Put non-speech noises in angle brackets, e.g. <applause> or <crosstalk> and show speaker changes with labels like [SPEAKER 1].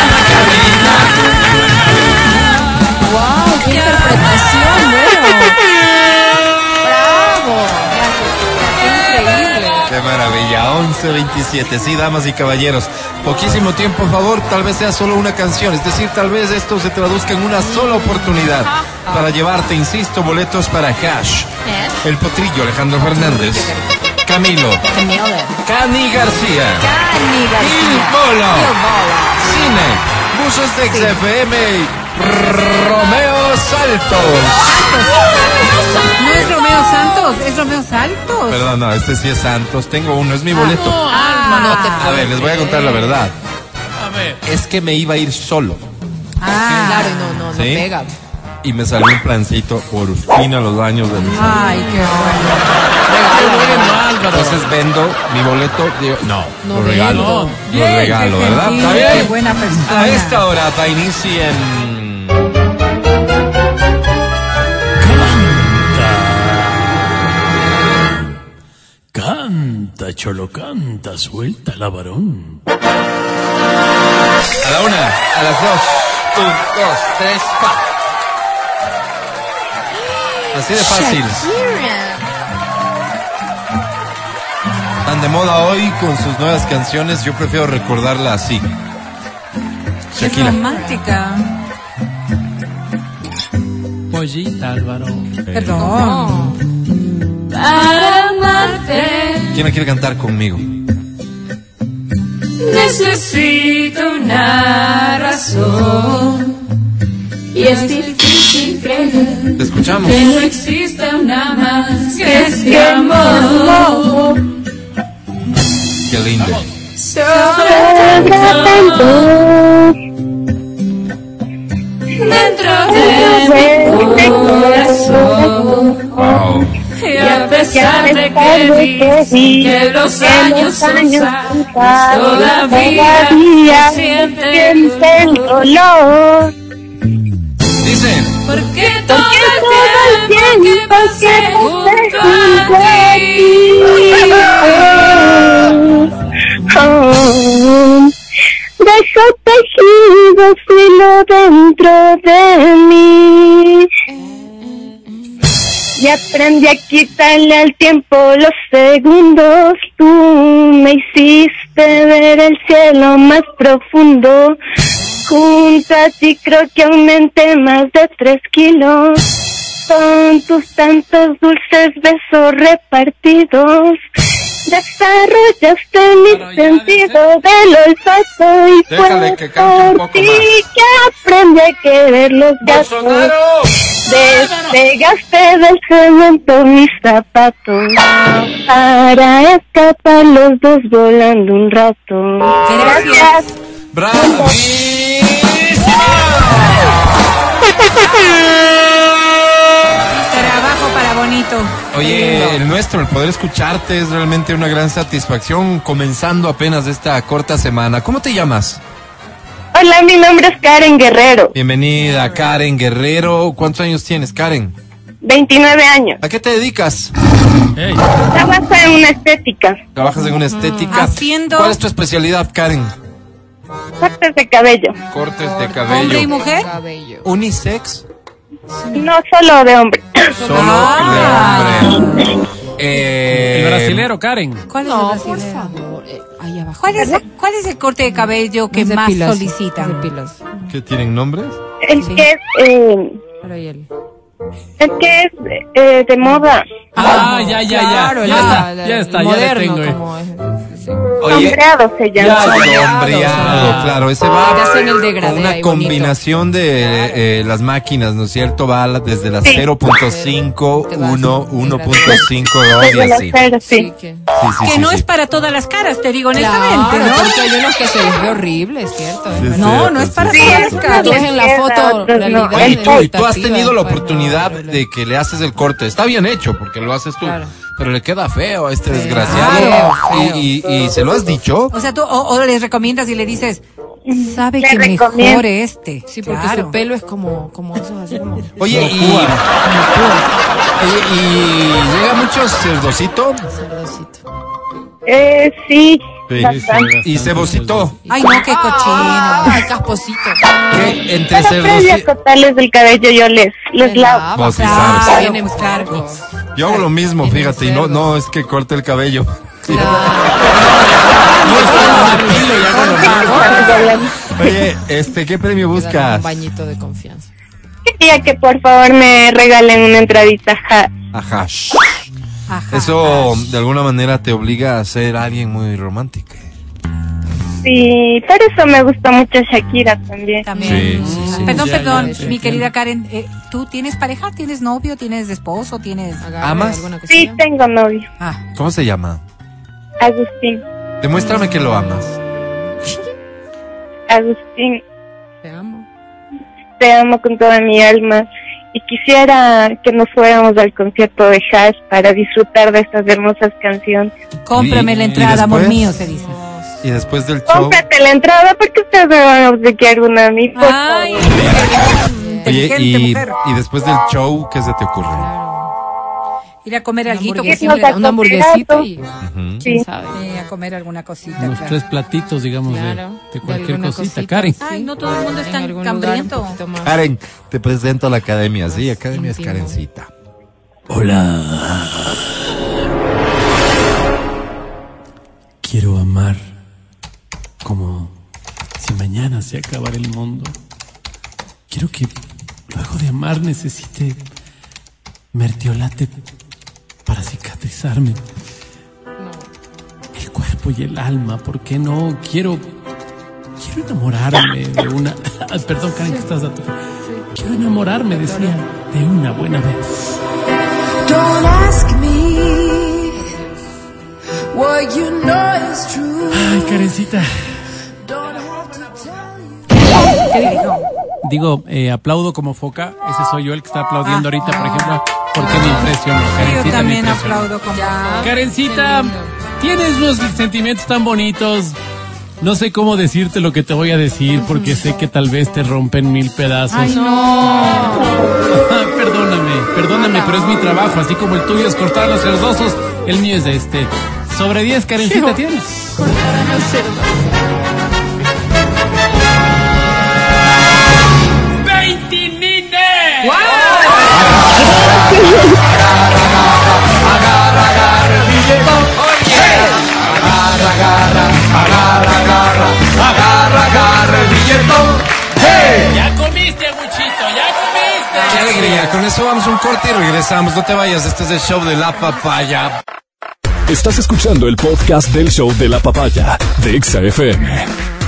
[SPEAKER 1] <laughs>
[SPEAKER 2] 27. Sí, damas y caballeros. Poquísimo tiempo a favor, tal vez sea solo una canción. Es decir, tal vez esto se traduzca en una sola oportunidad para llevarte, insisto, boletos para Cash. El Potrillo, Alejandro Fernández. Camilo. Cani García.
[SPEAKER 3] Cani
[SPEAKER 2] Il
[SPEAKER 3] García.
[SPEAKER 2] Bolo.
[SPEAKER 3] Il Bolo.
[SPEAKER 2] Cine. Buses de XFM. y Romeo Saltos.
[SPEAKER 3] No es Romeo Santos, es Romeo Saltos.
[SPEAKER 2] Perdón, no, este sí es Santos. Tengo uno, es mi boleto.
[SPEAKER 3] Ah, no, te
[SPEAKER 2] A ver, les voy a contar la verdad. Es que me iba a ir solo.
[SPEAKER 3] Ah,
[SPEAKER 4] Claro, y no, no, no
[SPEAKER 2] ¿Sí?
[SPEAKER 4] pega.
[SPEAKER 2] Y me salió un plancito por fin a los años de mis
[SPEAKER 3] Ay, qué bueno. Ah,
[SPEAKER 2] Entonces vendo mi boleto. digo, no,
[SPEAKER 4] No
[SPEAKER 2] lo regalo.
[SPEAKER 4] vendo.
[SPEAKER 2] Lo regalo, ¿verdad?
[SPEAKER 3] gentil,
[SPEAKER 2] ¿Está bien?
[SPEAKER 3] qué buena persona.
[SPEAKER 2] A esta hora da inicio en.
[SPEAKER 5] Canta, cholo, canta, suelta la varón.
[SPEAKER 2] A la una, a las dos. Un, dos, tres, cuatro. Así de fácil. Tan de moda hoy con sus nuevas canciones, yo prefiero recordarla así.
[SPEAKER 3] Es
[SPEAKER 2] Shakira.
[SPEAKER 3] romántica.
[SPEAKER 5] Pollita, Álvaro.
[SPEAKER 3] Perdón.
[SPEAKER 1] Para amarte
[SPEAKER 2] ¿Quién la quiere cantar conmigo?
[SPEAKER 1] necesito una razón. Y es difícil creer
[SPEAKER 2] Te escuchamos.
[SPEAKER 1] que no exista una más que este amor.
[SPEAKER 2] Qué lindo.
[SPEAKER 1] Sobre todo, Dentro de mi corazón.
[SPEAKER 2] Wow.
[SPEAKER 1] Y a pesar de que dicen que los años son sanos, todavía se siente el dolor.
[SPEAKER 2] Dice.
[SPEAKER 1] Porque todo el tiempo que pasé junto a ti
[SPEAKER 6] de esos tejidos filo dentro de mí. Y aprendí a quitarle al tiempo los segundos. Tú me hiciste ver el cielo más profundo. Junto a ti creo que aumenté más de tres kilos. Con tus tantos dulces besos repartidos, desarrollaste mi sentido del olfato y
[SPEAKER 2] Déjale
[SPEAKER 6] fue
[SPEAKER 2] que cante un
[SPEAKER 6] por
[SPEAKER 2] poco
[SPEAKER 6] ti
[SPEAKER 2] más.
[SPEAKER 6] que aprendí a querer los gatos.
[SPEAKER 2] ¡Bolsonaro!
[SPEAKER 6] Despegaste del cemento mis zapatos para escapar los dos volando un rato. Gracias.
[SPEAKER 2] ¡Bravísimo!
[SPEAKER 3] Trabajo para bonito.
[SPEAKER 2] Oye, el nuestro, el poder escucharte es realmente una gran satisfacción comenzando apenas esta corta semana. ¿Cómo te llamas?
[SPEAKER 6] Hola, mi nombre es Karen Guerrero,
[SPEAKER 2] Bienvenida, Karen Guerrero. ¿Cuántos años tienes, Karen?
[SPEAKER 6] 29 años.
[SPEAKER 2] ¿A qué te dedicas?
[SPEAKER 5] Ey,
[SPEAKER 6] Trabajo en una estética,
[SPEAKER 2] ¿Trabajas en una estética?
[SPEAKER 3] haciendo-
[SPEAKER 2] ¿Cuál es tu especialidad, Karen?
[SPEAKER 6] cortes de cabello,
[SPEAKER 2] Cortes de
[SPEAKER 3] Hombre y
[SPEAKER 2] cabello.
[SPEAKER 3] mujer.
[SPEAKER 4] Cabello.
[SPEAKER 2] ¿Unisex?
[SPEAKER 6] no solo de <coughs> hombre.
[SPEAKER 2] Solo
[SPEAKER 3] Ah.
[SPEAKER 2] de hombre. Eh,
[SPEAKER 5] el brasilero, Karen.
[SPEAKER 3] ¿Cuál es,
[SPEAKER 4] No,
[SPEAKER 3] el
[SPEAKER 4] por
[SPEAKER 3] brasileño?
[SPEAKER 4] favor. eh, ahí abajo.
[SPEAKER 3] ¿Cuál, es, ¿Cuál es el corte de cabello que
[SPEAKER 4] Es de
[SPEAKER 3] más
[SPEAKER 4] pilas, es de
[SPEAKER 3] solicitan?
[SPEAKER 4] pilas.
[SPEAKER 2] ¿Qué tienen nombres?
[SPEAKER 6] El
[SPEAKER 4] Sí.
[SPEAKER 6] que es, eh,
[SPEAKER 4] Pero y él.
[SPEAKER 6] el que es eh, de moda,
[SPEAKER 5] Ah, ya, ya, ya.
[SPEAKER 4] Claro,
[SPEAKER 5] ya,
[SPEAKER 4] la-
[SPEAKER 5] está,
[SPEAKER 4] la-
[SPEAKER 5] ya está, ya le
[SPEAKER 4] moderno,
[SPEAKER 5] tengo. eh.
[SPEAKER 4] como es.
[SPEAKER 2] Oye,
[SPEAKER 6] sombreado se llama.
[SPEAKER 2] sombreado,
[SPEAKER 4] sombreado.
[SPEAKER 2] claro, ese va
[SPEAKER 4] Te hacen el
[SPEAKER 2] con
[SPEAKER 4] degradé
[SPEAKER 2] una
[SPEAKER 4] ahí bonito.
[SPEAKER 2] combinación de eh, las máquinas, ¿no es cierto? Va a la- desde la 0.5,
[SPEAKER 4] Te vas
[SPEAKER 2] 1,
[SPEAKER 4] degradando.
[SPEAKER 2] 1.5, 2 y
[SPEAKER 6] Desde la
[SPEAKER 2] así.
[SPEAKER 6] cera, sí.
[SPEAKER 4] Sí, que.
[SPEAKER 2] Sí, sí,
[SPEAKER 3] Que
[SPEAKER 2] sí,
[SPEAKER 3] no
[SPEAKER 2] sí.
[SPEAKER 3] es para todas las caras, te digo honestamente,
[SPEAKER 4] Claro,
[SPEAKER 3] ¿no?
[SPEAKER 4] porque hay unos que se les ve horrible, es ¿cierto? eh,
[SPEAKER 2] Sí,
[SPEAKER 4] Pero
[SPEAKER 2] sí,
[SPEAKER 3] No, no es para
[SPEAKER 6] Sí,
[SPEAKER 3] todas
[SPEAKER 6] es
[SPEAKER 3] las
[SPEAKER 6] una
[SPEAKER 4] Tú
[SPEAKER 3] caras.
[SPEAKER 4] ves en la foto
[SPEAKER 6] Otros
[SPEAKER 4] la
[SPEAKER 6] no.
[SPEAKER 4] realidad
[SPEAKER 2] Oye, tú, y tú has
[SPEAKER 4] expectativa,
[SPEAKER 2] tenido la
[SPEAKER 4] pues, no,
[SPEAKER 2] oportunidad
[SPEAKER 4] horrible.
[SPEAKER 2] de que le haces el corte. Está bien hecho, porque lo haces tú.
[SPEAKER 4] Claro.
[SPEAKER 2] Pero le queda feo a este desgraciado.
[SPEAKER 4] feo.
[SPEAKER 2] Y, y- y se lo has dicho.
[SPEAKER 3] O sea, tú o, o les recomiendas y le dices, sabe
[SPEAKER 6] Le
[SPEAKER 3] que mejor
[SPEAKER 6] recomiendo.
[SPEAKER 3] este.
[SPEAKER 4] Sí, porque
[SPEAKER 3] claro.
[SPEAKER 4] su pelo es como, como esos así como...
[SPEAKER 2] Oye, y, y- y llega mucho cerdocito.
[SPEAKER 4] Cerdocito.
[SPEAKER 6] Eh, sí, bastante.
[SPEAKER 2] Y cebocito.
[SPEAKER 3] <laughs> Ay, no, qué cochino.
[SPEAKER 4] Ay, Ah, casposito.
[SPEAKER 2] Que entre
[SPEAKER 6] Pero previo a
[SPEAKER 2] cerdocito.
[SPEAKER 6] cortarles el cabello yo les, les lavo.
[SPEAKER 2] Vos sí
[SPEAKER 4] claro,
[SPEAKER 3] sabes.
[SPEAKER 4] pues, ah, vienen
[SPEAKER 3] Claro,
[SPEAKER 4] cargos.
[SPEAKER 2] Yo hago lo mismo,
[SPEAKER 4] Tiene
[SPEAKER 2] fíjate, y no, <laughs>
[SPEAKER 4] cerdos.
[SPEAKER 2] no es que corte el cabello.
[SPEAKER 4] Claro.
[SPEAKER 2] Oye, este, ¿qué premio
[SPEAKER 4] Busca.
[SPEAKER 2] buscas?
[SPEAKER 4] Un bañito de confianza.
[SPEAKER 6] Quería que por favor me regalen una entradita. ja.
[SPEAKER 2] A Hash.
[SPEAKER 4] Ajá.
[SPEAKER 2] Eso de alguna manera te obliga a ser alguien muy romántico.
[SPEAKER 6] Sí, por eso me gusta mucho Shakira también.
[SPEAKER 2] Sí,
[SPEAKER 3] También.
[SPEAKER 2] sí, sí.
[SPEAKER 3] Perdón,
[SPEAKER 5] Ya,
[SPEAKER 3] perdón,
[SPEAKER 5] ya, sí,
[SPEAKER 3] mi
[SPEAKER 5] sí.
[SPEAKER 3] querida Karen, eh, ¿tú tienes pareja? ¿Tienes novio? ¿Tienes esposo? ¿Tienes...?
[SPEAKER 4] Agarre
[SPEAKER 2] ¿Amas?
[SPEAKER 4] alguna
[SPEAKER 6] Sí,
[SPEAKER 4] cuestión.
[SPEAKER 6] tengo novio,
[SPEAKER 3] Ah,
[SPEAKER 2] ¿Cómo se llama?
[SPEAKER 6] Agustín.
[SPEAKER 2] Demuéstrame que lo amas.
[SPEAKER 6] Agustín,
[SPEAKER 4] Te amo.
[SPEAKER 6] te amo con toda mi alma y quisiera que nos fuéramos al concierto de Hash para disfrutar de estas hermosas canciones.
[SPEAKER 3] cómprame
[SPEAKER 2] ¿Y-
[SPEAKER 3] la
[SPEAKER 2] y
[SPEAKER 3] entrada, amor
[SPEAKER 2] después?
[SPEAKER 3] mío, se dice.
[SPEAKER 2] Y después del show.
[SPEAKER 6] Cómprate la entrada porque ustedes me van a obsequiar una a mí. por
[SPEAKER 3] Ay,
[SPEAKER 6] favor.
[SPEAKER 2] Oye,
[SPEAKER 3] inteligente
[SPEAKER 2] y,
[SPEAKER 3] mujer.
[SPEAKER 2] y después del show, ¿qué se te ocurre?
[SPEAKER 3] Ir a comer
[SPEAKER 4] Una
[SPEAKER 3] alguito, que
[SPEAKER 6] hamburguesa.
[SPEAKER 3] siempre...
[SPEAKER 4] hamburguesita, Una hamburguesita y
[SPEAKER 2] Ujú.
[SPEAKER 6] Sí.
[SPEAKER 4] quién sabe.
[SPEAKER 3] Eh, a comer alguna cosita,
[SPEAKER 5] Unos
[SPEAKER 3] claro.
[SPEAKER 5] tres platitos, digamos, de-
[SPEAKER 4] Claro.
[SPEAKER 5] de, cualquier
[SPEAKER 4] alguna
[SPEAKER 5] cosita. Karen.
[SPEAKER 4] sí.
[SPEAKER 3] Ay, no todo el mundo es
[SPEAKER 4] En
[SPEAKER 3] tan
[SPEAKER 4] algún lugar un
[SPEAKER 3] hambriento.
[SPEAKER 4] poquito más.
[SPEAKER 2] Karen, te presento a la academia. Sí, academia es
[SPEAKER 4] Íntimo.
[SPEAKER 2] Karencita. Hola.
[SPEAKER 5] Quiero amar como si mañana se acabara el mundo. Quiero que luego de amar necesite mertiolate para cicatrizarme. El cuerpo y el alma, ¿por qué no? Quiero quiero enamorarme de una <laughs> Ah, Perdón, Karen, que estás a tu- Quiero enamorarme, decía, de una buena vez.
[SPEAKER 7] Don't ask me what you know is true.
[SPEAKER 5] Ay, Karencita.
[SPEAKER 7] Don't have to tell you.
[SPEAKER 5] Digo, eh, aplaudo como foca. Ese soy yo el que está aplaudiendo ahorita, por ejemplo, porque me impresionó. Karencita, me
[SPEAKER 3] Yo también
[SPEAKER 5] impresionó.
[SPEAKER 3] aplaudo como...
[SPEAKER 5] Karencita, tienes unos sentimientos tan bonitos. No sé cómo decirte lo que te voy a decir porque sé que tal vez te rompen mil pedazos.
[SPEAKER 3] Ay, no.
[SPEAKER 5] <laughs> perdóname, perdóname, pero es mi trabajo, así como el tuyo es cortar los cerdosos, el mío es este. Sobre 10, Karencita, tienes. Ya comiste, muchito, ya comiste.
[SPEAKER 2] Qué alegría. Con eso vamos a un corte y regresamos. No te vayas. Este es el show de la papaya.
[SPEAKER 8] Estás escuchando el podcast del show de la papaya de Exa FM.